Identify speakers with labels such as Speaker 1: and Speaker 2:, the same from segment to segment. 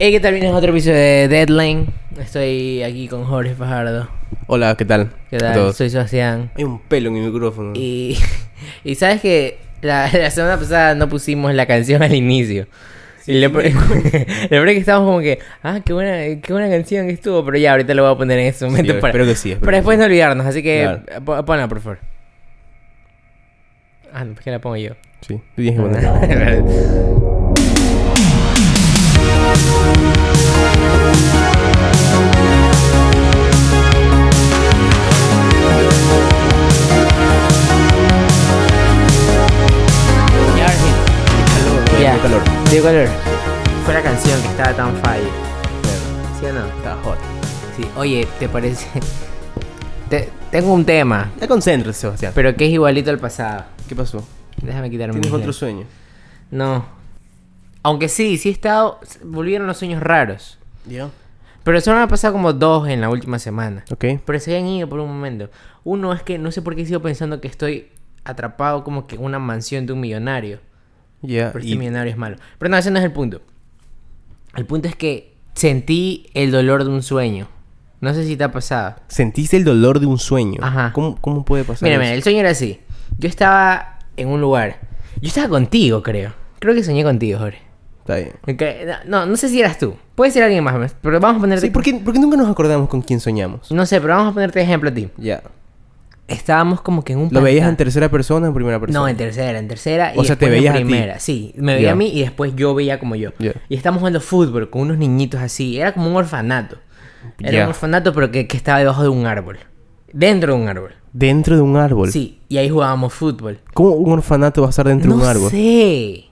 Speaker 1: Hey, ¿qué tal? Bienvenidos a otro episodio de Deadline. Estoy aquí con Jorge Fajardo.
Speaker 2: Hola, ¿qué tal?
Speaker 1: ¿Qué
Speaker 2: A
Speaker 1: tal?
Speaker 2: todos.
Speaker 1: Soy Sebastián.
Speaker 2: Hay un pelo en mi micrófono.
Speaker 1: Y, y sabes que la, la semana pasada no pusimos la canción al inicio. y lo peor, lo peor es que estábamos como que, ah, qué buena, qué buena canción que estuvo, pero ya ahorita lo voy a poner en ese momento
Speaker 2: Sí,
Speaker 1: para,
Speaker 2: espero que sí, espero
Speaker 1: para
Speaker 2: que
Speaker 1: después
Speaker 2: sí.
Speaker 1: no olvidarnos. Así que
Speaker 2: Claro.
Speaker 1: po- ponla, por favor. Ah, no, Ah. pues que la pongo yo.
Speaker 2: Sí, tú tienes que ponerlo.
Speaker 1: Vamos Ya, ahora sí.
Speaker 2: Ya.
Speaker 1: Ya.
Speaker 2: Mucho calor.
Speaker 1: Diego Calor. Fue la canción que estaba tan fire. ¿Sí o no?
Speaker 2: Está hot.
Speaker 1: Sí. Oye, ¿te parece? Te- tengo un tema,
Speaker 2: Ya concéntrate, Sebastián.
Speaker 1: pero que es igualito al pasado.
Speaker 2: ¿Qué pasó?
Speaker 1: Déjame quitarme
Speaker 2: ¿Tienes
Speaker 1: mis
Speaker 2: otro
Speaker 1: lentes.
Speaker 2: sueño?
Speaker 1: No. Aunque sí, sí he estado. Volvieron los sueños raros.
Speaker 2: Ya.
Speaker 1: Pero solo me han pasado como dos en la última semana.
Speaker 2: Ok.
Speaker 1: Pero se habían ido por un momento. Uno es que no sé por qué sigo pensando que estoy atrapado como que en una mansión de un millonario.
Speaker 2: Ya.
Speaker 1: Pero este
Speaker 2: Y
Speaker 1: millonario es malo. Pero no, ese no es el punto. El punto es que sentí el dolor de un sueño. No sé si te ha pasado.
Speaker 2: sentiste el dolor de un sueño.
Speaker 1: Ajá.
Speaker 2: ¿Cómo, cómo puede pasar
Speaker 1: Mira,
Speaker 2: eso?
Speaker 1: mira, el sueño era así. Yo estaba en un lugar. Yo estaba contigo, creo. Creo que soñé contigo, Jorge.
Speaker 2: Está bien.
Speaker 1: Ok, No, no sé si eras tú. Puede ser alguien más, pero vamos a ponerte...
Speaker 2: Sí, ¿por qué, por qué nunca nos acordamos con quién soñamos?
Speaker 1: No sé, pero vamos a ponerte ejemplo a ti.
Speaker 2: Ya.
Speaker 1: Estábamos como que en un
Speaker 2: ¿Lo veías
Speaker 1: pantano.
Speaker 2: en tercera persona o en primera persona?
Speaker 1: No, en tercera, en tercera.
Speaker 2: O
Speaker 1: y
Speaker 2: sea, te
Speaker 1: después en
Speaker 2: veías a ti.
Speaker 1: primera. Sí, me veía
Speaker 2: Ya.
Speaker 1: a mí y después yo veía como yo.
Speaker 2: Ya.
Speaker 1: Y estábamos jugando fútbol con unos niñitos así. Era como un orfanato. Era
Speaker 2: Ya.
Speaker 1: un orfanato, pero que, que estaba debajo de un árbol. Dentro de un árbol.
Speaker 2: Dentro de un árbol.
Speaker 1: Sí, y ahí jugábamos fútbol.
Speaker 2: ¿Cómo un orfanato va a estar dentro
Speaker 1: no
Speaker 2: de un árbol?
Speaker 1: sé.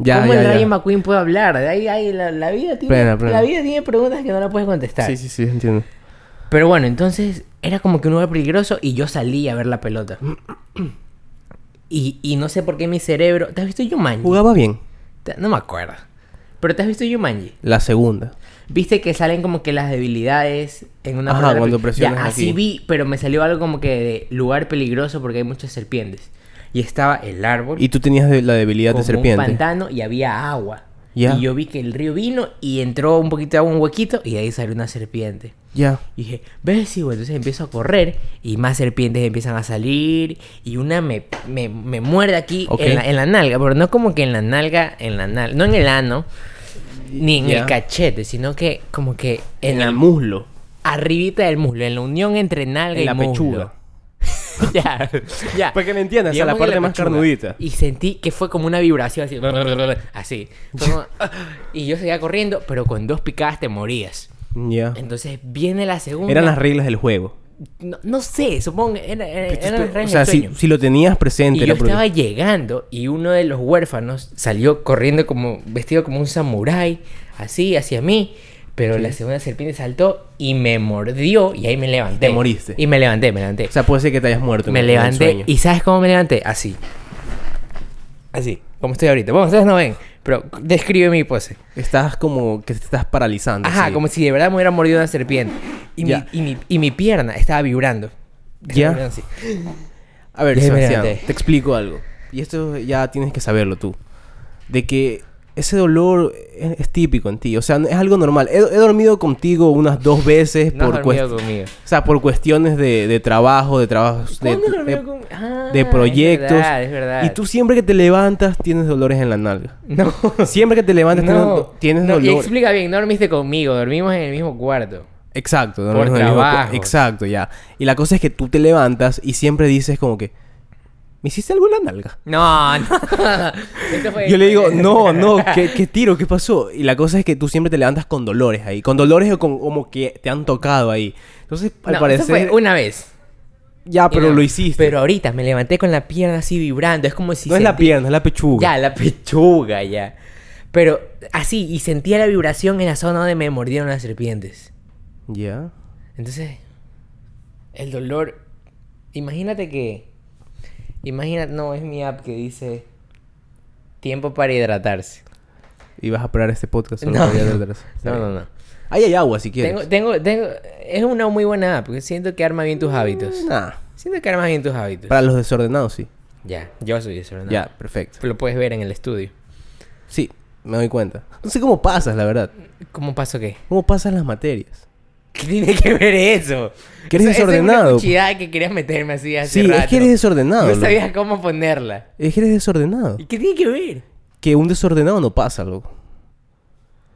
Speaker 2: Ya,
Speaker 1: ¿Cómo
Speaker 2: ya,
Speaker 1: el
Speaker 2: ya.
Speaker 1: Rayo McQueen puede hablar? Ahí, ahí, la, la vida tiene,
Speaker 2: Plena, plena.
Speaker 1: la vida tiene preguntas que no la puedes contestar.
Speaker 2: Sí, sí, sí, entiendo.
Speaker 1: Pero bueno, entonces era como que un lugar peligroso y yo salí a ver la pelota. Y, y no sé por qué mi cerebro... ¿Te has visto Yumanji?
Speaker 2: Jugaba bien.
Speaker 1: Te- No me acuerdo. Pero te has visto Yumanji.
Speaker 2: La segunda.
Speaker 1: Viste que salen como que las debilidades en una
Speaker 2: Ajá,
Speaker 1: palabra-
Speaker 2: cuando presionas
Speaker 1: Ya, así
Speaker 2: aquí.
Speaker 1: vi, pero me salió algo como que de lugar peligroso porque hay muchas serpientes. Y estaba el árbol,
Speaker 2: Y tú tenías de- la debilidad
Speaker 1: como
Speaker 2: de serpiente.
Speaker 1: un pantano y había agua.
Speaker 2: Ya.
Speaker 1: Y yo vi que el río vino y entró un poquito de agua en un huequito y de ahí salió una serpiente.
Speaker 2: Ya.
Speaker 1: Y dije, ves, sí, güey. Entonces empiezo a correr y más serpientes empiezan a salir y una me, me, me muerde aquí
Speaker 2: Ok.
Speaker 1: en, la, en la nalga, pero no como que en la nalga, en la nalga, no en el ano, ni en
Speaker 2: Ya.
Speaker 1: el cachete, sino que como que en,
Speaker 2: En
Speaker 1: la
Speaker 2: el muslo.
Speaker 1: arribita del muslo, en la unión entre nalga
Speaker 2: En
Speaker 1: y
Speaker 2: la
Speaker 1: muslo.
Speaker 2: pechuga.
Speaker 1: ya, ya.
Speaker 2: Para que me entiendas, a
Speaker 1: Digamos
Speaker 2: la
Speaker 1: que
Speaker 2: parte más
Speaker 1: pechuga.
Speaker 2: carnudita.
Speaker 1: Y sentí que fue como una vibración así. así. Fue como- y yo seguía corriendo, pero con dos picadas te morías.
Speaker 2: Ya.
Speaker 1: Entonces viene la segunda.
Speaker 2: Eran las reglas del juego.
Speaker 1: No, no sé, supongo que era, era,
Speaker 2: Pero-
Speaker 1: eran las
Speaker 2: o
Speaker 1: redes
Speaker 2: sea,
Speaker 1: del
Speaker 2: si,
Speaker 1: sueño.
Speaker 2: si lo tenías presente,
Speaker 1: y yo
Speaker 2: era porque-
Speaker 1: estaba llegando y uno de los huérfanos salió corriendo como vestido como un samurái, así hacia mí, pero la segunda serpiente saltó y me mordió y ahí me levanté.
Speaker 2: Te moriste.
Speaker 1: Y me levanté, me levanté.
Speaker 2: o sea, puede ser que te hayas muerto. en
Speaker 1: me
Speaker 2: el- en el
Speaker 1: levanté
Speaker 2: sueño.
Speaker 1: y ¿sabes cómo me levanté? Así. Así, como estoy ahorita. Bueno, ustedes no ven, pero describe mi pose.
Speaker 2: Estás como que te estás paralizando.
Speaker 1: Ajá,
Speaker 2: así.
Speaker 1: como si de verdad me hubiera mordido una serpiente. Y, mi,
Speaker 2: Ya.
Speaker 1: y, mi, y mi pierna estaba vibrando. Estaba
Speaker 2: Ya.
Speaker 1: vibrando así.
Speaker 2: A ver,
Speaker 1: Ya me
Speaker 2: Sebastián,
Speaker 1: levanté.
Speaker 2: te explico algo. Y esto ya tienes que saberlo tú. De que ese dolor es, es típico en ti. O sea, es algo normal. He, he dormido contigo unas dos veces
Speaker 1: No has
Speaker 2: por
Speaker 1: dormido
Speaker 2: cuest-
Speaker 1: conmigo.
Speaker 2: O sea, por cuestiones de, de trabajo, de trabajos... De,
Speaker 1: ¿Cuándo lo
Speaker 2: de-
Speaker 1: veo con- Ah,
Speaker 2: de
Speaker 1: es
Speaker 2: proyectos.
Speaker 1: verdad, es verdad.
Speaker 2: Y tú siempre que te levantas tienes dolores en la nalga.
Speaker 1: No.
Speaker 2: Siempre que te levantas tienes-
Speaker 1: no.
Speaker 2: tienes
Speaker 1: no, Y
Speaker 2: dolor.
Speaker 1: explica bien, no dormiste conmigo, dormimos en el mismo cuarto.
Speaker 2: Exacto,
Speaker 1: Por
Speaker 2: dormimos en el mismo cu-
Speaker 1: trabajos.
Speaker 2: Exacto, ya. Y la cosa es que tú te levantas y siempre dices como que ¿Me hiciste algo en la nalga?
Speaker 1: No, no. Esto fue-
Speaker 2: Yo le digo, no, no, ¿qué, qué tiro? ¿Qué pasó? Y la cosa es que tú siempre te levantas con dolores ahí. Con dolores o con, como que te han tocado ahí. Entonces, al
Speaker 1: No, esto
Speaker 2: parecer...
Speaker 1: fue una vez.
Speaker 2: Ya, pero
Speaker 1: Una-
Speaker 2: lo hiciste.
Speaker 1: Pero ahorita me levanté con la pierna así vibrando. Es como si.
Speaker 2: no es la
Speaker 1: sentí-
Speaker 2: pierna, es la pechuga.
Speaker 1: Ya, la pechuga, ya. Pero así, y sentía la vibración en la zona donde me mordieron las serpientes.
Speaker 2: Ya.
Speaker 1: Entonces, el dolor. Imagínate que. Imagínate, no, es mi app que dice. Tiempo para hidratarse.
Speaker 2: Y vas a parar este podcast solo
Speaker 1: No,
Speaker 2: para ir
Speaker 1: no.
Speaker 2: atrás.
Speaker 1: No, no, no.
Speaker 2: Ahí hay agua si quieres.
Speaker 1: Tengo, tengo, tengo. Es una muy buena app, porque siento que arma bien tus hábitos.
Speaker 2: Nah,
Speaker 1: Siento que arma bien tus hábitos.
Speaker 2: Mm. Para los desordenados, sí.
Speaker 1: Ya, yo soy eso, ¿no?
Speaker 2: Ya, perfecto.
Speaker 1: Lo puedes ver en el estudio.
Speaker 2: Sí. me doy cuenta. No sé cómo pasas, la verdad.
Speaker 1: ¿Cómo pasó qué?
Speaker 2: ¿Cómo pasas las materias?
Speaker 1: ¿Qué tiene que ver eso?
Speaker 2: Que eres
Speaker 1: Eso- esa Es
Speaker 2: desordenado.
Speaker 1: una cuchidad que querías meterme así hace
Speaker 2: Sí,
Speaker 1: rato.
Speaker 2: es que eres desordenado.
Speaker 1: No
Speaker 2: loco.
Speaker 1: sabías cómo ponerla.
Speaker 2: Es que eres desordenado.
Speaker 1: ¿Y qué tiene que ver?
Speaker 2: Que un desordenado no pasa, loco.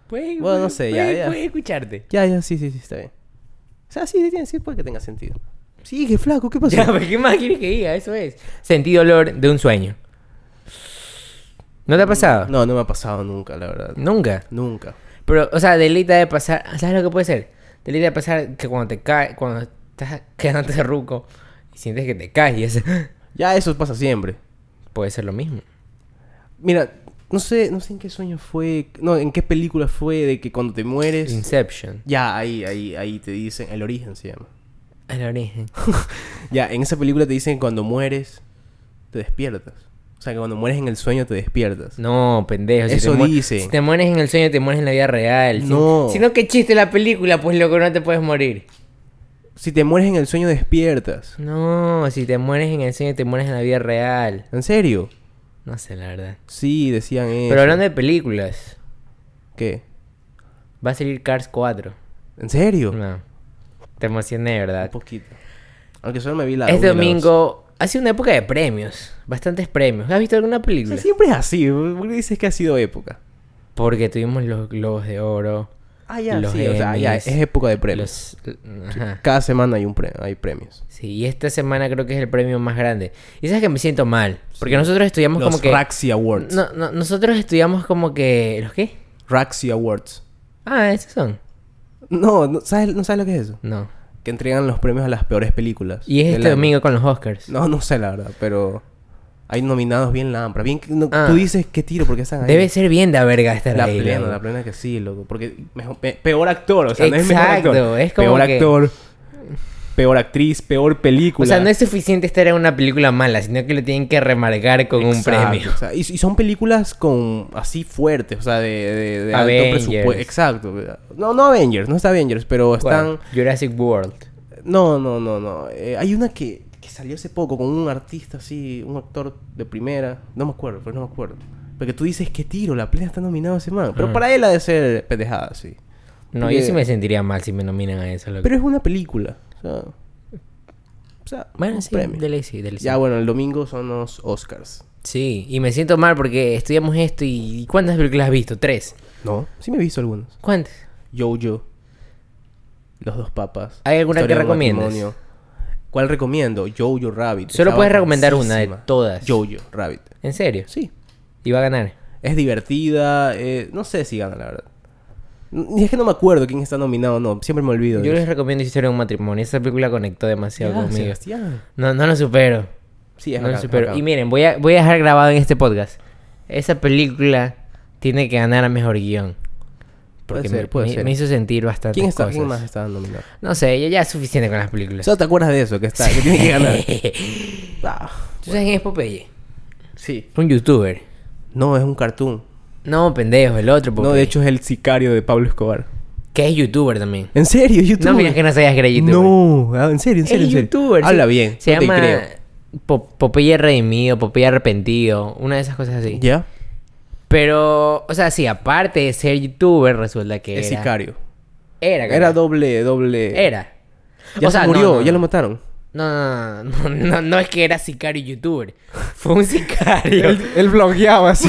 Speaker 1: Puedes,
Speaker 2: Bueno, no sé, ya,
Speaker 1: puedes-
Speaker 2: ya.
Speaker 1: puedes escucharte.
Speaker 2: Ya, ya, sí, sí, sí, está bien. O sea, sí, sí, tiene- sí puede que tenga sentido. Sí, que flaco, ¿qué pasó?
Speaker 1: Ya, pues, ¿qué más quieres que diga? Eso es. Sentí dolor de un sueño. ¿No te ha pasado?
Speaker 2: No, no me ha pasado nunca, la verdad.
Speaker 1: Nunca.
Speaker 2: Nunca.
Speaker 1: Pero, o sea, delita de pasar. ¿Sabes lo que puede ser? Delita de pasar que cuando te caes, cuando estás quedándote ruco y sientes que te caes, y es-
Speaker 2: Ya eso pasa siempre.
Speaker 1: puede ser lo mismo.
Speaker 2: Mira, no sé, no sé en qué sueño fue, no, en qué película fue de que cuando te mueres,
Speaker 1: Inception.
Speaker 2: ya ahí, ahí, ahí te dicen el origen se llama.
Speaker 1: El origen.
Speaker 2: Ya, en esa película te dicen que cuando mueres te despiertas. O sea, que cuando mueres en el sueño te despiertas.
Speaker 1: No, pendejo. si
Speaker 2: Eso
Speaker 1: te mu-
Speaker 2: dicen.
Speaker 1: Si te mueres en el sueño, te mueres en la vida real. Si-
Speaker 2: No.
Speaker 1: Si no, qué chiste la película, pues loco, no te puedes morir.
Speaker 2: Si te mueres en el sueño despiertas.
Speaker 1: No, si te mueres en el sueño, te mueres en la vida real.
Speaker 2: ¿En serio?
Speaker 1: No sé, la verdad.
Speaker 2: Sí, decían eso.
Speaker 1: Pero hablando de películas,
Speaker 2: ¿Qué?
Speaker 1: va a salir Cars 4.
Speaker 2: ¿En serio?
Speaker 1: No. Te emocioné,
Speaker 2: Un
Speaker 1: ¿verdad?
Speaker 2: poquito. Aunque solo me vi la
Speaker 1: Es
Speaker 2: una y la dos.
Speaker 1: domingo. Ha sido una época de premios. Bastantes premios. ¿Has visto alguna
Speaker 2: O
Speaker 1: película?
Speaker 2: sea, siempre es así. ¿Por qué dices que ha sido época?
Speaker 1: Porque tuvimos los Globos de Oro.
Speaker 2: Ah, ya,
Speaker 1: los
Speaker 2: sí. O sea, ya, es
Speaker 1: Emmys,
Speaker 2: época de premios.
Speaker 1: Los... Ajá.
Speaker 2: Cada semana hay un pre- hay premios.
Speaker 1: Sí, y esta semana creo que es el premio más grande. Y sabes que me siento mal, porque nosotros estudiamos
Speaker 2: Los
Speaker 1: como que...
Speaker 2: Raxi Awards.
Speaker 1: No, no, nosotros estudiamos como que... ¿Los qué?
Speaker 2: Raxi Awards.
Speaker 1: Ah, esos son.
Speaker 2: No, no sabes, no sabes lo que es eso.
Speaker 1: No.
Speaker 2: Que entregan los premios a las peores películas.
Speaker 1: Y es
Speaker 2: del
Speaker 1: este
Speaker 2: año.
Speaker 1: domingo con los Oscars.
Speaker 2: No, no sé la verdad, pero hay nominados bien lámpara. Bien, que no-
Speaker 1: Ah.
Speaker 2: Tú dices qué tiro porque están ahí.
Speaker 1: Debe ser bien de verga estar
Speaker 2: la
Speaker 1: ahí,
Speaker 2: plena,
Speaker 1: loco.
Speaker 2: la plena que sí, loco. Porque mejor- pe- peor actor, o sea, no es mejor actor.
Speaker 1: Exacto, es como
Speaker 2: peor
Speaker 1: que-
Speaker 2: actor, peor actriz, peor película.
Speaker 1: O sea, no es suficiente estar en una película mala, sino que lo tienen que remarcar con
Speaker 2: Exacto,
Speaker 1: un premio.
Speaker 2: o sea, y, y son películas con así fuertes, o sea, de, de, de
Speaker 1: Avengers.
Speaker 2: presupue- Exacto. No, no Avengers, no está Avengers, pero están.
Speaker 1: ¿Cuál? Jurassic World.
Speaker 2: No, no, no, no. Eh, hay una que, que salió hace poco con un artista así, un actor de primera. No me acuerdo, pero no me acuerdo. Porque tú dices que tiro, la plena está nominada ese man. Pero
Speaker 1: Ajá.
Speaker 2: para él ha de ser pendejada, sí.
Speaker 1: No,
Speaker 2: Porque-
Speaker 1: yo sí me sentiría mal si me nominan a eso. loco.
Speaker 2: Pero es una película. O sea. o sea,
Speaker 1: bueno,
Speaker 2: un
Speaker 1: sí,
Speaker 2: premio.
Speaker 1: dele sí, dele sí.
Speaker 2: Ya, bueno, el domingo son los Oscars.
Speaker 1: Sí, y me siento mal porque estudiamos esto y... ¿Cuántas películas has visto? ¿Tres?
Speaker 2: No, sí me he visto algunos.
Speaker 1: ¿Cuántas?
Speaker 2: Jojo. Los dos papas.
Speaker 1: ¿Hay alguna
Speaker 2: Historia
Speaker 1: que
Speaker 2: de un
Speaker 1: recomiendes?
Speaker 2: matrimonio. ¿Cuál recomiendo? Jojo Rabbit.
Speaker 1: Solo
Speaker 2: Estaba
Speaker 1: puedes recomendar una de
Speaker 2: buenísima.
Speaker 1: todas.
Speaker 2: Jojo Rabbit.
Speaker 1: ¿En serio?
Speaker 2: Sí.
Speaker 1: Y va a ganar.
Speaker 2: Es divertida. eh, no sé si gana, la verdad. Ni es que no me acuerdo quién está nominado no. Siempre me olvido. de
Speaker 1: Yo les
Speaker 2: eso.
Speaker 1: recomiendo Historia de un matrimonio. Esa película conectó demasiado
Speaker 2: Ya,
Speaker 1: conmigo.
Speaker 2: Sebastián.
Speaker 1: No, no lo supero.
Speaker 2: Sí, es
Speaker 1: no lo
Speaker 2: bacán, es
Speaker 1: supero.
Speaker 2: bacán.
Speaker 1: Y miren, voy a, voy a dejar grabado en este podcast. Esa película tiene que ganar a mejor guión. Porque
Speaker 2: Puede
Speaker 1: me-
Speaker 2: ser, puede
Speaker 1: me,
Speaker 2: ser.
Speaker 1: me hizo sentir bastante.
Speaker 2: ¿Quién, está,
Speaker 1: cosas.
Speaker 2: ¿Quién más está nominado?
Speaker 1: No sé, ya, ya es suficiente con las películas.
Speaker 2: Solo te acuerdas de eso, que está, que tiene que ganar. Ah,
Speaker 1: ¿Tú sabes quién es Popeye?
Speaker 2: sí.
Speaker 1: Un youtuber.
Speaker 2: No, es un cartoon.
Speaker 1: No, pendejo, el otro Popeye.
Speaker 2: No, de hecho es el sicario de Pablo Escobar.
Speaker 1: Que es youtuber también.
Speaker 2: ¿En serio? YouTube.
Speaker 1: No miras que no sabías que era youtuber.
Speaker 2: No, ah, en serio, en serio.
Speaker 1: Es
Speaker 2: en serio.
Speaker 1: youtuber.
Speaker 2: Habla
Speaker 1: se-
Speaker 2: bien.
Speaker 1: Se
Speaker 2: no
Speaker 1: llama
Speaker 2: te creo.
Speaker 1: Po- Popeye Redimido, Popeye Arrepentido, una de esas cosas así.
Speaker 2: ¿Ya?
Speaker 1: Pero, o sea, sí, aparte de ser youtuber, resulta que
Speaker 2: Es
Speaker 1: era...
Speaker 2: sicario.
Speaker 1: Era,
Speaker 2: Era,
Speaker 1: carajo.
Speaker 2: doble, doble.
Speaker 1: Era.
Speaker 2: Eh, Ya
Speaker 1: o sea,
Speaker 2: se
Speaker 1: no,
Speaker 2: murió,
Speaker 1: no,
Speaker 2: ya lo
Speaker 1: no.
Speaker 2: mataron.
Speaker 1: No, no, no, no, no, no es que era sicario youtuber. Fue un sicario.
Speaker 2: blogueaba así.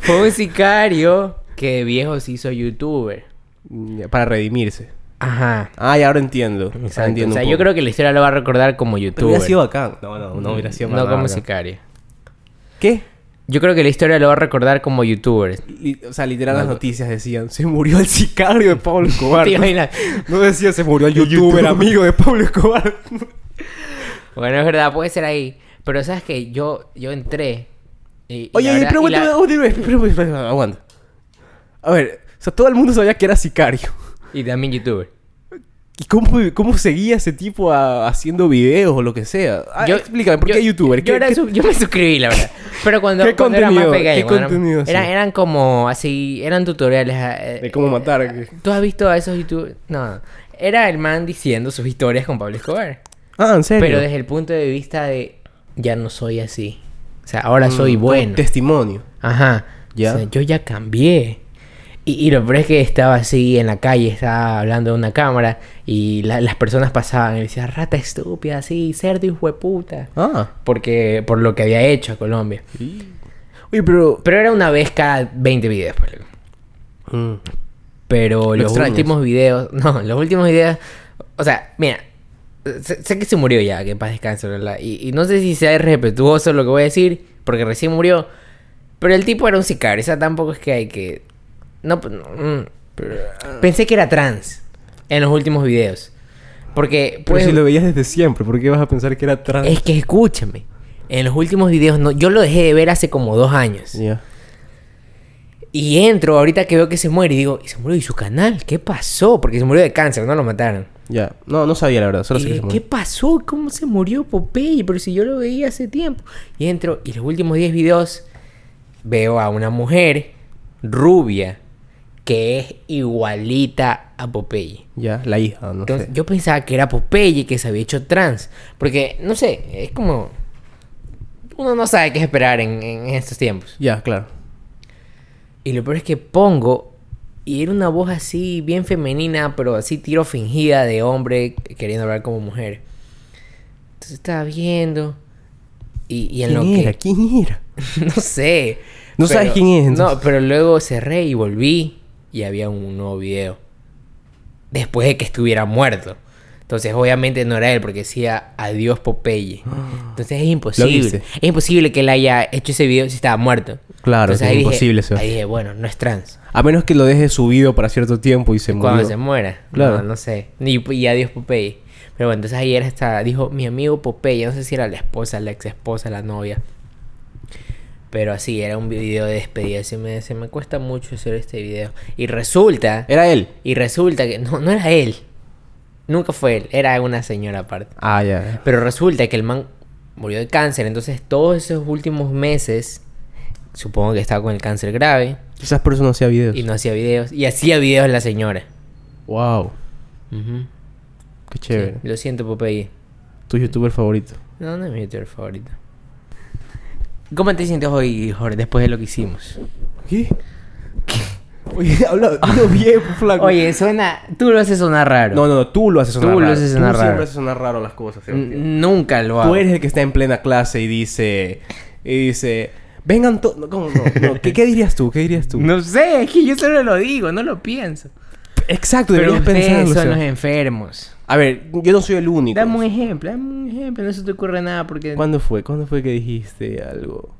Speaker 1: Fue un sicario que de viejo se hizo youtuber.
Speaker 2: Ya, Para redimirse.
Speaker 1: Ajá.
Speaker 2: Ah, ya ahora entiendo. Ahora
Speaker 1: Exacto.
Speaker 2: entiendo
Speaker 1: o sea,
Speaker 2: un
Speaker 1: yo
Speaker 2: poco.
Speaker 1: creo que la historia lo va a recordar como
Speaker 2: Pero
Speaker 1: youtuber.
Speaker 2: hubiera sido bacán. No, no, no hubiera sido
Speaker 1: No
Speaker 2: bacán.
Speaker 1: como sicario.
Speaker 2: ¿Qué?
Speaker 1: Yo creo que la historia lo va a recordar como youtuber.
Speaker 2: Li- o sea, literal las noticias decían, se murió el sicario de Pablo Escobar.
Speaker 1: Te imaginas.
Speaker 2: no decía, se murió el youtuber amigo de Pablo Escobar.
Speaker 1: Bueno, es verdad, puede ser ahí. Pero sabes que yo, yo entré. Y, y la
Speaker 2: Oye,
Speaker 1: verdad-
Speaker 2: pero
Speaker 1: y la-
Speaker 2: aguanta. A ver, o sea, todo el mundo sabía que era sicario.
Speaker 1: y también youtuber.
Speaker 2: ¿Y cómo, cómo seguía ese tipo a- haciendo videos o lo que sea? Ah, explícame, ¿por
Speaker 1: yo-
Speaker 2: qué youtuber?
Speaker 1: Yo,
Speaker 2: ¿Qué-
Speaker 1: era
Speaker 2: qué-
Speaker 1: su- yo me suscribí, la verdad. Pero cuando,
Speaker 2: ¿Qué
Speaker 1: cuando era más
Speaker 2: contenido?
Speaker 1: pequeño.
Speaker 2: ¿Qué
Speaker 1: cuando era-
Speaker 2: contenido hacía?
Speaker 1: era- eran como así, eran tutoriales. eh,
Speaker 2: de cómo matar?
Speaker 1: ¿Tú has visto a esos youtubers? No, era el man diciendo sus historias con Pablo Escobar.
Speaker 2: ah, ¿en serio?
Speaker 1: Pero desde el punto de vista de, ya no soy así. O sea, ahora soy
Speaker 2: Mm,
Speaker 1: bueno.
Speaker 2: Testimonio.
Speaker 1: Ajá.
Speaker 2: ¿Ya?
Speaker 1: O sea, yo ya cambié. Y, y lo peor es que estaba así en la calle, estaba hablando de una cámara y la- las personas pasaban y decían, rata estúpida, sí, cerdo hijo de puta.
Speaker 2: Ah.
Speaker 1: Porque, por lo que había hecho a Colombia.
Speaker 2: Oye, pero...
Speaker 1: Pero era una vez cada 20 videos, pues. loco.
Speaker 2: Mm.
Speaker 1: Pero los
Speaker 2: extrañas?
Speaker 1: últimos videos, no, los últimos videos, o sea, mira, sé, sé que se murió ya, que en paz descanse, ¿verdad? Y, y no sé si sea respetuoso lo que voy a decir, porque recién murió, pero el tipo era un sicario, o sea, tampoco es que hay que... No, p- no, mm. pensé que era trans en los últimos videos, porque
Speaker 2: Pero
Speaker 1: pues,
Speaker 2: si lo veías desde siempre, ¿por qué vas a pensar que era trans?
Speaker 1: es que escúchame, en los últimos videos, no, yo lo dejé de ver hace como dos años.
Speaker 2: Ya.
Speaker 1: Y entro ahorita que veo que se muere y digo, ¿y se murió? ¿Y su canal? ¿Qué pasó? Porque se murió de cáncer, no lo mataron.
Speaker 2: Ya. No, no sabía la verdad, solo sé
Speaker 1: Y
Speaker 2: que
Speaker 1: de,
Speaker 2: se
Speaker 1: Eh, ¿Qué
Speaker 2: murió.
Speaker 1: pasó? ¿Cómo se murió Popeye? Pero si yo lo veía hace tiempo. Y entro y los últimos 10 videos veo a una mujer rubia que es igualita a Popeye.
Speaker 2: Ya, la hija, no
Speaker 1: Entonces,
Speaker 2: sé.
Speaker 1: yo pensaba que era Popeye que se había hecho trans. Porque, no sé, es como... Uno no sabe qué esperar en- en estos tiempos.
Speaker 2: Ya, claro.
Speaker 1: Y lo peor es que pongo, y era una voz así bien femenina, pero así tiro fingida de hombre queriendo hablar como mujer. Entonces estaba viendo, y, y en
Speaker 2: ¿Quién
Speaker 1: lo
Speaker 2: era?
Speaker 1: que...
Speaker 2: ¿Quién era?
Speaker 1: no sé.
Speaker 2: No sabes quién es, entonces.
Speaker 1: No, pero luego cerré y volví, y había un nuevo video. Después de que estuviera muerto. Entonces, obviamente no era él, porque decía adiós Popeye. Entonces es
Speaker 2: viste?
Speaker 1: imposible. Es imposible que él haya hecho ese video si estaba muerto.
Speaker 2: Claro,
Speaker 1: Entonces,
Speaker 2: es
Speaker 1: ahí dije-
Speaker 2: imposible, Seba.
Speaker 1: Ahí dije, bueno, no es trans.
Speaker 2: A menos que lo dejes subido para cierto tiempo y se
Speaker 1: Cuando
Speaker 2: murió.
Speaker 1: se muera.
Speaker 2: Claro.
Speaker 1: No, no sé. Y, y adiós Popeye. Pero bueno, entonces ayer hasta dijo mi amigo Popeye. No sé si era la esposa, la ex esposa, la novia. Pero así, era un video de despedida. Se me, se me cuesta mucho hacer este video. Y resulta.
Speaker 2: Era él.
Speaker 1: Y resulta que. No, no era él. Nunca fue él. Era una señora aparte.
Speaker 2: Ah, ya.
Speaker 1: Pero resulta que el man murió de cáncer. Entonces, todos esos últimos meses. Supongo que estaba con el cáncer grave.
Speaker 2: Quizás por eso no hacía videos.
Speaker 1: Y no hacía videos. Y hacía videos la señora.
Speaker 2: Wow,
Speaker 1: Ujú.
Speaker 2: qué
Speaker 1: Sí,
Speaker 2: chévere.
Speaker 1: lo siento, Popeye.
Speaker 2: Tu youtuber favorito.
Speaker 1: No, no es mi youtuber favorito. ¿Cómo te sientes hoy, Jorge, después de lo que hicimos?
Speaker 2: ¿Qué? Oye, habla, dilo bien, flaco.
Speaker 1: Oye, suena... Tú lo haces sonar raro.
Speaker 2: No, no, no, tú lo haces
Speaker 1: Tú
Speaker 2: sonar
Speaker 1: lo
Speaker 2: raro.
Speaker 1: haces sonar
Speaker 2: tú
Speaker 1: raro. Mm,
Speaker 2: siempre haces sonar raro las cosas.
Speaker 1: N-
Speaker 2: Sebastián.
Speaker 1: Nunca lo hago.
Speaker 2: Tú eres el que está en plena clase y dice... Y dice... Vengan todos... No, ¿cómo no? no, ¿Qué, qué dirías tú? ¿Qué dirías tú?
Speaker 1: No sé, es que yo solo lo digo, no lo pienso.
Speaker 2: Exacto,
Speaker 1: Pero
Speaker 2: deberías
Speaker 1: ustedes
Speaker 2: pensarlo.
Speaker 1: son los
Speaker 2: Sebastián.
Speaker 1: enfermos.
Speaker 2: A ver, yo no soy el único.
Speaker 1: Dame un ejemplo, dame un ejemplo. No se te ocurre nada porque...
Speaker 2: ¿Cuándo fue? ¿Cuándo fue que dijiste algo?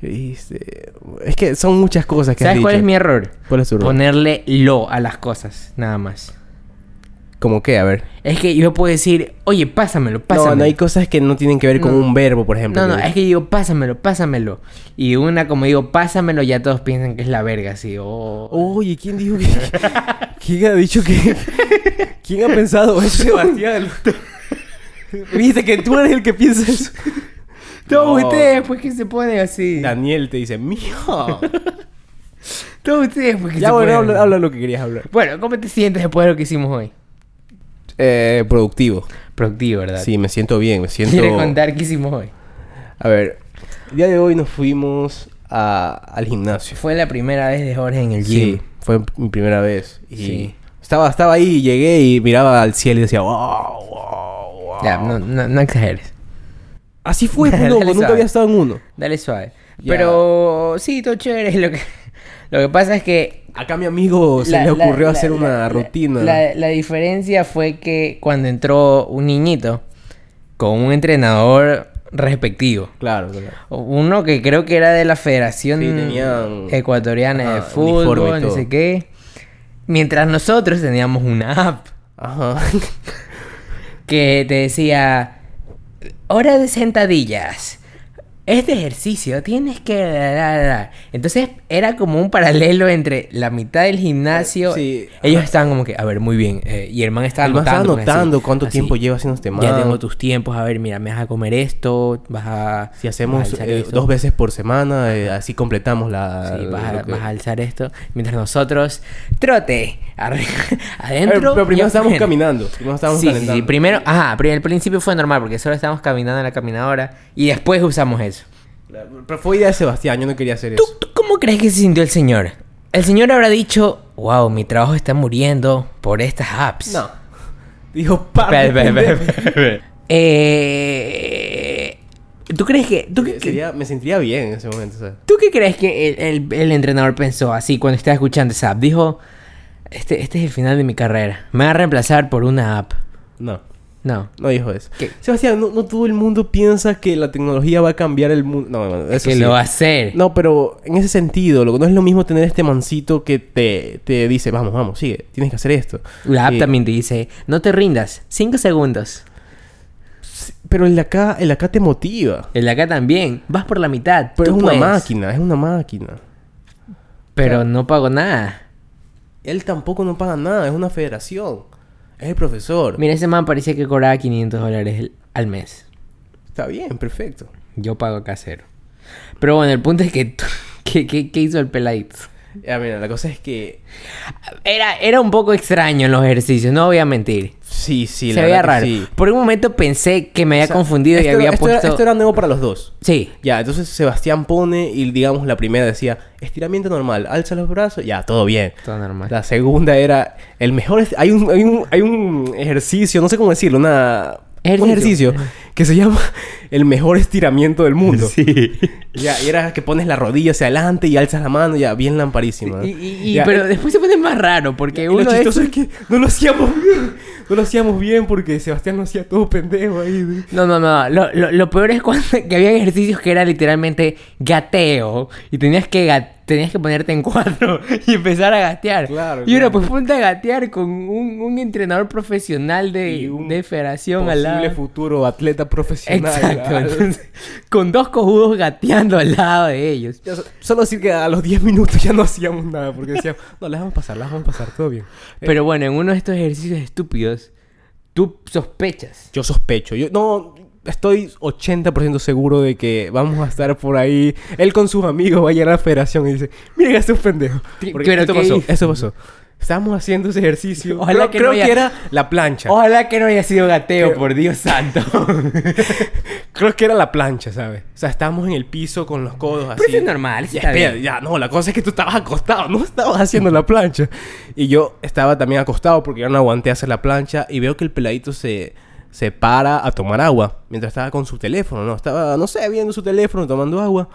Speaker 2: Que dijiste... Es que son muchas cosas que has
Speaker 1: ¿Sabes cuál
Speaker 2: dicho.
Speaker 1: es mi error?
Speaker 2: ¿Cuál es tu error?
Speaker 1: Ponerle lo a las cosas, nada más.
Speaker 2: ¿Cómo qué? A ver.
Speaker 1: Es que yo puedo decir, oye, pásamelo, pásamelo.
Speaker 2: No, no hay cosas que no tienen que ver con
Speaker 1: No.
Speaker 2: un verbo, por ejemplo.
Speaker 1: No, no,
Speaker 2: que-
Speaker 1: es que digo, pásamelo, pásamelo. Y una, como digo, pásamelo, ya todos piensan que es la verga, así. Oh.
Speaker 2: Oye, ¿quién dijo que.? ¿Quién ha dicho que.? ¿Quién ha pensado eso, Sebastián? Viste que tú eres el que piensa eso.
Speaker 1: Todos ustedes, pues, que se ponen así.
Speaker 2: Daniel te dice, mío.
Speaker 1: Todos ustedes, pues, que
Speaker 2: ya,
Speaker 1: se
Speaker 2: bueno,
Speaker 1: ponen.
Speaker 2: habla, habla lo que querías hablar.
Speaker 1: Bueno, ¿cómo te sientes después de lo que hicimos hoy?
Speaker 2: Eh, productivo.
Speaker 1: Productivo, ¿verdad?
Speaker 2: Sí, me siento bien, me siento.
Speaker 1: ¿Quieres contar qué hicimos hoy?
Speaker 2: A ver, el día de hoy nos fuimos a- al gimnasio.
Speaker 1: Fue la primera vez de Jorge en el gym.
Speaker 2: Sí, fue mi primera vez. Y
Speaker 1: Sí.
Speaker 2: estaba, estaba ahí, llegué y miraba al cielo y decía, wow, wow, wow.
Speaker 1: Ya, no, no, no exageres.
Speaker 2: Así fue,
Speaker 1: Dale,
Speaker 2: pues, loco,
Speaker 1: dale,
Speaker 2: nunca
Speaker 1: suave.
Speaker 2: había estado en uno.
Speaker 1: Dale suave.
Speaker 2: Ya.
Speaker 1: Pero sí, todo chévere. Lo que, lo que pasa es que
Speaker 2: Acá a mi amigo se
Speaker 1: La-
Speaker 2: le
Speaker 1: la-
Speaker 2: ocurrió
Speaker 1: la-
Speaker 2: hacer
Speaker 1: la-
Speaker 2: una
Speaker 1: la-
Speaker 2: rutina.
Speaker 1: La, la diferencia fue que cuando entró un niñito con un entrenador respectivo.
Speaker 2: Claro, claro.
Speaker 1: Uno que creo que era de la Federación
Speaker 2: Sí, tenían-
Speaker 1: Ecuatoriana de
Speaker 2: Ajá, uniforme
Speaker 1: Fútbol,
Speaker 2: y
Speaker 1: no
Speaker 2: todo.
Speaker 1: sé qué. Mientras nosotros teníamos una app
Speaker 2: Ajá.
Speaker 1: que te decía hora de sentadillas. Este ejercicio tienes que... da, da, da". Entonces era como un paralelo entre la mitad del gimnasio.
Speaker 2: Sí.
Speaker 1: Ellos estaban como que, a ver, muy bien. eh, y el man estaba
Speaker 2: El man estaba
Speaker 1: anotando. pues, así,
Speaker 2: anotando cuánto
Speaker 1: así.
Speaker 2: tiempo lleva haciendo este man.
Speaker 1: Ya tengo tus tiempos. A ver, mira, me vas a comer esto. Vas a...
Speaker 2: Si hacemos
Speaker 1: vas a alzar
Speaker 2: eh,
Speaker 1: esto,
Speaker 2: dos veces por semana, eh, así completamos la...
Speaker 1: Sí, vas a,
Speaker 2: lo que- Eh,
Speaker 1: vas a alzar esto. Mientras nosotros... Trote. arri- Adentro.
Speaker 2: Eh, pero
Speaker 1: y
Speaker 2: primero estábamos
Speaker 1: afuera
Speaker 2: caminando. Primero estábamos
Speaker 1: sí, sí, sí.
Speaker 2: calentando.
Speaker 1: Primero, ajá, pri- al principio fue normal porque solo estábamos caminando en la caminadora y después usamos eso.
Speaker 2: Pero fue idea de Sebastián, yo no quería hacer eso.
Speaker 1: ¿Cómo crees que se sintió el señor? El señor habrá dicho, wow, mi trabajo está muriendo por estas apps.
Speaker 2: No. Dijo, pa.
Speaker 1: Espera, espera, espera, espera, espera. Eh, ¿Tú crees que... ¿Tú, qué-
Speaker 2: Sería- me sentiría bien en ese momento, ¿sabes?
Speaker 1: ¿tú qué crees que el, el- el entrenador pensó así cuando estaba escuchando esa app? Dijo, este, este es el final de mi carrera. Me va a reemplazar por una app.
Speaker 2: No.
Speaker 1: No.
Speaker 2: No dijo eso.
Speaker 1: ¿Qué?
Speaker 2: Sebastián, no, no todo el mundo piensa que la tecnología va a cambiar el mundo. No, bueno, eso
Speaker 1: que
Speaker 2: sí.
Speaker 1: lo va a hacer.
Speaker 2: No, pero en ese sentido, loco, no es lo mismo tener este mancito que te, te dice, vamos, vamos, sigue, tienes que hacer esto.
Speaker 1: La app
Speaker 2: Eh,
Speaker 1: también te dice, no te rindas, 5 segundos.
Speaker 2: Pero el de acá, el de acá te motiva.
Speaker 1: El de acá también, vas por la mitad.
Speaker 2: Pero
Speaker 1: tú
Speaker 2: es una
Speaker 1: puedes.
Speaker 2: máquina, es una máquina.
Speaker 1: Pero no pago nada.
Speaker 2: Él tampoco no paga nada, es una federación. Es el profesor.
Speaker 1: Mira, ese man parecía que cobraba 500 dólares el- al mes.
Speaker 2: Está bien, perfecto.
Speaker 1: Yo pago acá cero. Pero bueno, el punto es que... tú- ¿Qué, qué- qué hizo el peladito?
Speaker 2: Ya, mira, la cosa es que...
Speaker 1: Era, era un poco extraño en los ejercicios, no voy a mentir.
Speaker 2: Sí, sí,
Speaker 1: Se
Speaker 2: la
Speaker 1: veía
Speaker 2: verdad
Speaker 1: raro.
Speaker 2: que sí.
Speaker 1: Por un momento pensé que me había
Speaker 2: O sea,
Speaker 1: confundido y
Speaker 2: esto-
Speaker 1: había
Speaker 2: esto era-
Speaker 1: puesto...
Speaker 2: esto era nuevo para los dos.
Speaker 1: Sí,
Speaker 2: Ya, entonces Sebastián pone y digamos la primera decía, estiramiento normal, alza los brazos, ya, todo bien.
Speaker 1: todo normal.
Speaker 2: La segunda era el mejor. est- Hay un, hay un, hay un ejercicio, no sé cómo decirlo, una, un
Speaker 1: Ejercicio.
Speaker 2: ejercicio que se llama el mejor estiramiento del mundo.
Speaker 1: Sí.
Speaker 2: Ya, y era que pones la rodilla hacia adelante y alzas la mano, ya, bien lamparísimo. ¿no?
Speaker 1: Y- y- y-
Speaker 2: Ya,
Speaker 1: pero
Speaker 2: y-
Speaker 1: después se pone más raro porque
Speaker 2: y
Speaker 1: uno
Speaker 2: lo
Speaker 1: de
Speaker 2: chistoso es que no lo hacíamos bien. No lo hacíamos bien porque Sebastián lo hacía todo pendejo ahí.
Speaker 1: No, no, no. Lo, lo- lo peor es cuando que había ejercicios que era literalmente gateo. Y tenías que ga- tenías que ponerte en cuatro y empezar a gatear.
Speaker 2: Claro,
Speaker 1: y uno
Speaker 2: claro.
Speaker 1: pues ponte a gatear con un, un entrenador profesional
Speaker 2: Y
Speaker 1: de,
Speaker 2: un
Speaker 1: de federación al
Speaker 2: Posible
Speaker 1: lado.
Speaker 2: futuro atleta profesional.
Speaker 1: Exacto.
Speaker 2: ¿verdad?
Speaker 1: entonces, con dos cojudos gateando al lado de ellos.
Speaker 2: Ya, so- solo decir que a los 10 minutos ya no hacíamos nada porque decíamos, no, las vamos a pasar, las vamos a pasar, todo bien.
Speaker 1: Pero bueno, en uno de estos ejercicios estúpidos, tú sospechas.
Speaker 2: Yo sospecho. Yo no estoy 80% seguro de que vamos a estar por ahí. Él con sus amigos va a llegar a la federación y dice, miren a estos pendejos.
Speaker 1: Sí,
Speaker 2: Porque
Speaker 1: pero
Speaker 2: esto
Speaker 1: ¿qué
Speaker 2: pasó,
Speaker 1: hizo?
Speaker 2: eso pasó. Estábamos haciendo ese ejercicio.
Speaker 1: Ojalá
Speaker 2: creo
Speaker 1: que
Speaker 2: que,
Speaker 1: no
Speaker 2: creo
Speaker 1: haya-
Speaker 2: que era la plancha.
Speaker 1: Ojalá que no haya sido gateo,
Speaker 2: Creo-
Speaker 1: por Dios santo.
Speaker 2: Creo que era la plancha, ¿sabes? O sea, estábamos en el piso con los codos así.
Speaker 1: Pero eso es normal, eso
Speaker 2: Ya,
Speaker 1: está
Speaker 2: espera,
Speaker 1: bien.
Speaker 2: ya, no, la cosa es que tú estabas acostado, no estabas haciendo la plancha. Y yo estaba también acostado porque yo no aguanté hacer la plancha y veo que el peladito se, se para a tomar agua mientras estaba con su teléfono, ¿no? Estaba, no sé, viendo su teléfono, tomando agua.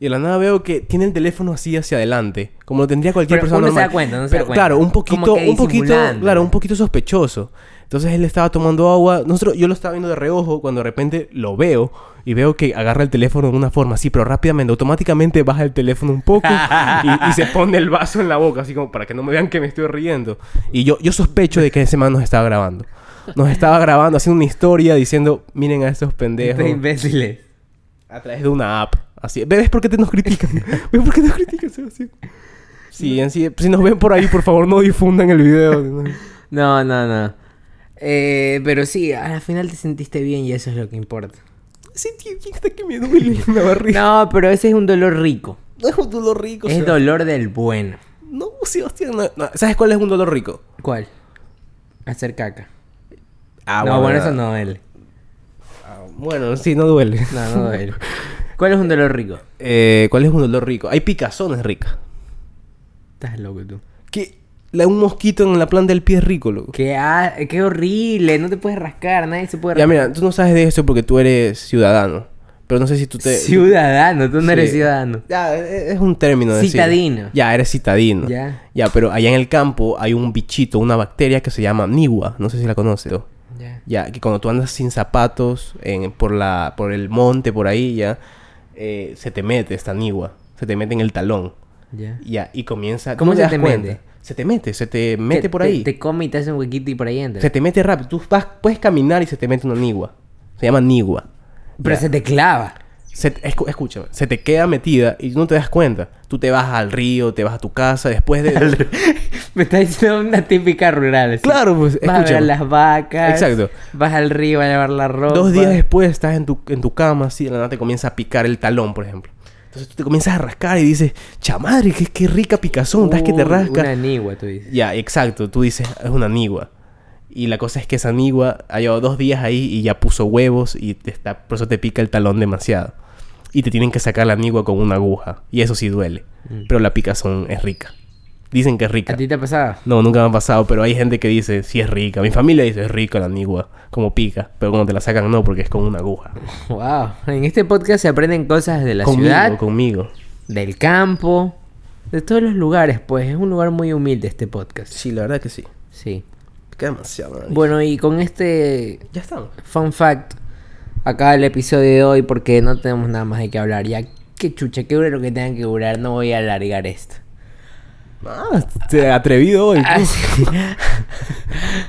Speaker 2: Y de la nada veo que tiene el teléfono así hacia adelante, como lo tendría cualquier
Speaker 1: Pero uno
Speaker 2: persona
Speaker 1: se
Speaker 2: normal.
Speaker 1: da cuenta, uno se
Speaker 2: Pero,
Speaker 1: da cuenta.
Speaker 2: Claro, un
Speaker 1: Como
Speaker 2: poquito,
Speaker 1: que
Speaker 2: un poquito,
Speaker 1: disimulando.
Speaker 2: claro, un poquito sospechoso. Entonces él estaba tomando agua. Nosotros, yo lo estaba viendo de reojo cuando de repente lo veo y veo que agarra el teléfono de una forma así, pero rápidamente, automáticamente baja el teléfono un poco y, y se pone el vaso en la boca, así como para que no me vean que me estoy riendo. Y yo, yo sospecho de que ese man nos estaba grabando. Nos estaba grabando, haciendo una historia diciendo, miren a estos pendejos
Speaker 1: Estos imbéciles.
Speaker 2: a través de una app. Así, ¿ves por qué te nos critican? ¿Ves por qué nos critican, Sebastián? Sí, en sí, si nos ven por ahí, por favor, no difundan el video. ¿no?
Speaker 1: No, no, no. Eh, pero sí, al final te sentiste bien y eso es lo que importa.
Speaker 2: Sí, tío, ¿quién está que me duele la barriga?
Speaker 1: No, pero ese es un dolor rico.
Speaker 2: No, es un dolor rico,
Speaker 1: Es
Speaker 2: Sebastián.
Speaker 1: dolor del bueno.
Speaker 2: No, Sebastián, no, no. ¿Sabes cuál es un dolor rico?
Speaker 1: ¿Cuál? Hacer caca.
Speaker 2: Ah,
Speaker 1: no, bueno, eso no duele.
Speaker 2: ah, bueno, sí, no duele.
Speaker 1: No, no duele. ¿Cuál es un dolor rico?
Speaker 2: Eh, ¿Cuál es un dolor rico? Hay picazones ricas.
Speaker 1: Estás loco tú.
Speaker 2: Que la- un mosquito en la planta del pie es rico, loco.
Speaker 1: Qué, a- qué horrible, no te puedes rascar, nadie se puede
Speaker 2: Ya,
Speaker 1: rascar.
Speaker 2: mira, tú no sabes de eso porque tú eres ciudadano. Pero no sé si tú te...
Speaker 1: Ciudadano, tú no eres
Speaker 2: Sí.
Speaker 1: ciudadano.
Speaker 2: Ya, e- es un término de decir.
Speaker 1: Citadino.
Speaker 2: Ya, eres citadino.
Speaker 1: Ya.
Speaker 2: Ya, pero allá en el campo hay un bichito, una bacteria que se llama niwa. No sé si la conoces. tú.
Speaker 1: Ya.
Speaker 2: Ya, que cuando tú andas sin zapatos en- por, la, por el monte, por ahí, ya, eh, se te mete esta niwa. Se te mete en el talón.
Speaker 1: ya.
Speaker 2: Ya, y comienza... tú
Speaker 1: ¿Cómo
Speaker 2: no
Speaker 1: se
Speaker 2: das
Speaker 1: te
Speaker 2: cuenta.
Speaker 1: mete?
Speaker 2: Se te mete, se te mete
Speaker 1: Que
Speaker 2: por
Speaker 1: te-
Speaker 2: ahí.
Speaker 1: Te, come y te hace un huequito y por ahí entra.
Speaker 2: Se te mete rápido. Tú vas, puedes caminar y se te mete una niwa. Se llama niwa.
Speaker 1: Pero
Speaker 2: Ya.
Speaker 1: se te clava.
Speaker 2: Se te- escu- escúchame, se te queda metida y no te das cuenta. Tú te vas al río, te vas a tu casa después de...
Speaker 1: Me está diciendo una típica rural. así.
Speaker 2: claro, pues,
Speaker 1: Vas a ver
Speaker 2: escúchame.
Speaker 1: las vacas.
Speaker 2: Exacto.
Speaker 1: Vas al río a lavar la ropa.
Speaker 2: Dos días después estás en tu, en tu cama, así de la nada te comienza a picar el talón, por ejemplo. Entonces tú te comienzas a rascar y dices, chamadre, qué, qué rica picazón, estás que te
Speaker 1: Uy,
Speaker 2: rasca.
Speaker 1: Uh, Una anigua, tú dices.
Speaker 2: Ya, exacto, tú dices, es una anigua. Y la cosa es que esa anigua ha llevado dos días ahí y ya puso huevos y te está, por eso te pica el talón demasiado. Y te tienen que sacar la anigua con una aguja. Y eso sí duele. Pero la picazón es rica. Dicen que es rica.
Speaker 1: ¿A ti te ha pasado?
Speaker 2: No, nunca me ha pasado, pero hay gente que dice, sí es rica. Mi familia dice, es rica la anigua, como pica. Pero cuando te la sacan, no, porque es con una aguja.
Speaker 1: Wow. En este podcast se aprenden cosas de la
Speaker 2: conmigo,
Speaker 1: ciudad,
Speaker 2: conmigo.
Speaker 1: del campo, de todos los lugares, pues. Es un lugar muy humilde este podcast.
Speaker 2: Sí, la verdad que sí.
Speaker 1: Sí.
Speaker 2: Pica demasiado. nariz.
Speaker 1: Bueno, y con este
Speaker 2: ya estamos.
Speaker 1: fun fact, acaba el episodio de hoy porque no tenemos nada más de qué hablar. Ya, qué chucha, qué dure lo que tengan que durar. No voy a alargar esto.
Speaker 2: Ah, se atrevido hoy.
Speaker 1: Así,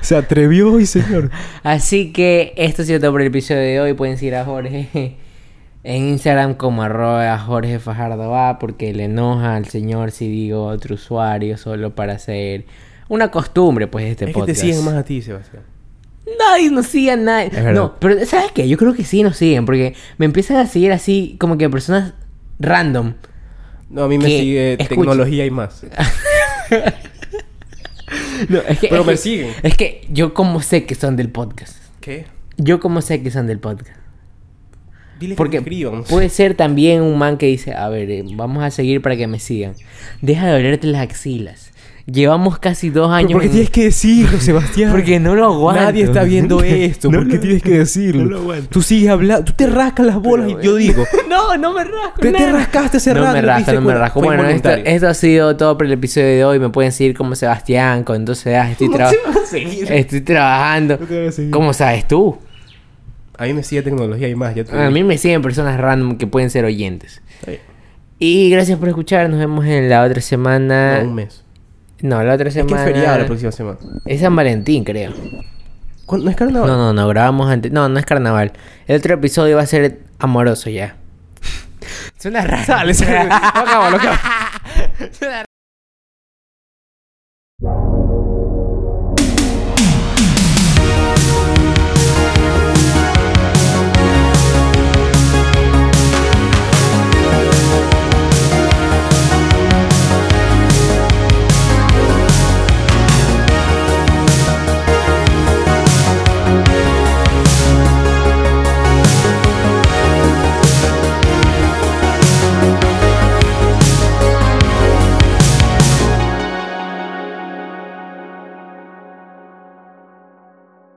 Speaker 2: Se atrevió hoy, señor.
Speaker 1: Este así que esto ha sido todo por el episodio de hoy. Pueden seguir a Jorge en Instagram como arroba Jorge Fajardo A porque le enoja al señor si digo otro usuario solo para hacer una costumbre pues de este
Speaker 2: es que te
Speaker 1: podcast.
Speaker 2: siguen más a ti, Sebastián.
Speaker 1: Nadie nos sigue a nadie.
Speaker 2: Es verdad.
Speaker 1: no, pero ¿sabes qué? Yo creo que sí nos siguen porque me empiezan a seguir así como que personas random.
Speaker 2: No, a mí me
Speaker 1: Que-
Speaker 2: sigue
Speaker 1: escucha.
Speaker 2: tecnología y más.
Speaker 1: No, es que,
Speaker 2: Pero
Speaker 1: es
Speaker 2: me
Speaker 1: que-
Speaker 2: siguen.
Speaker 1: Es que yo como sé que son del podcast.
Speaker 2: ¿Qué?
Speaker 1: Yo como sé que son del podcast.
Speaker 2: Dile que me
Speaker 1: Porque
Speaker 2: escriban.
Speaker 1: puede ser también un man que dice, a ver, eh, vamos a seguir para que me sigan. Deja de olerte las axilas. Llevamos casi dos años.
Speaker 2: Porque
Speaker 1: en-
Speaker 2: tienes que decirlo, Sebastián.
Speaker 1: Porque no lo aguanto.
Speaker 2: Nadie está viendo esto. ¿Por qué tienes que decirlo?
Speaker 1: no lo aguanto.
Speaker 2: Tú sigues hablando. Tú te rascas las bolas y yo digo.
Speaker 1: no, no me rasco.
Speaker 2: Te, te
Speaker 1: nada.
Speaker 2: rascaste hace
Speaker 1: No
Speaker 2: rato.
Speaker 1: me
Speaker 2: te
Speaker 1: rasco,
Speaker 2: diste
Speaker 1: no me
Speaker 2: cuenta.
Speaker 1: rasco.
Speaker 2: Fue
Speaker 1: Bueno, esto,
Speaker 2: involuntario.
Speaker 1: esto ha sido todo por el episodio de hoy. Me pueden seguir como Sebastián con 12 edades. Estoy,
Speaker 2: No
Speaker 1: traba-
Speaker 2: te vas a seguir.
Speaker 1: estoy trabajando.
Speaker 2: No te vas a seguir.
Speaker 1: ¿Cómo sabes tú?
Speaker 2: A mí me sigue tecnología y más. Ya te
Speaker 1: A
Speaker 2: dije.
Speaker 1: mí me siguen personas random que pueden ser oyentes.
Speaker 2: Está bien.
Speaker 1: Y gracias por escuchar. Nos vemos en la otra semana.
Speaker 2: No, un mes.
Speaker 1: No, la otra
Speaker 2: Es que es
Speaker 1: semana.
Speaker 2: feriado la próxima semana.
Speaker 1: Es San Valentín, creo.
Speaker 2: ¿Cuándo- ¿No es carnaval?
Speaker 1: No, no, no, grabamos antes. No, no es carnaval. El otro episodio va a ser amoroso ya. Suena raro.
Speaker 2: Sale, sale. Lo acabo, lo acabo.
Speaker 1: Suena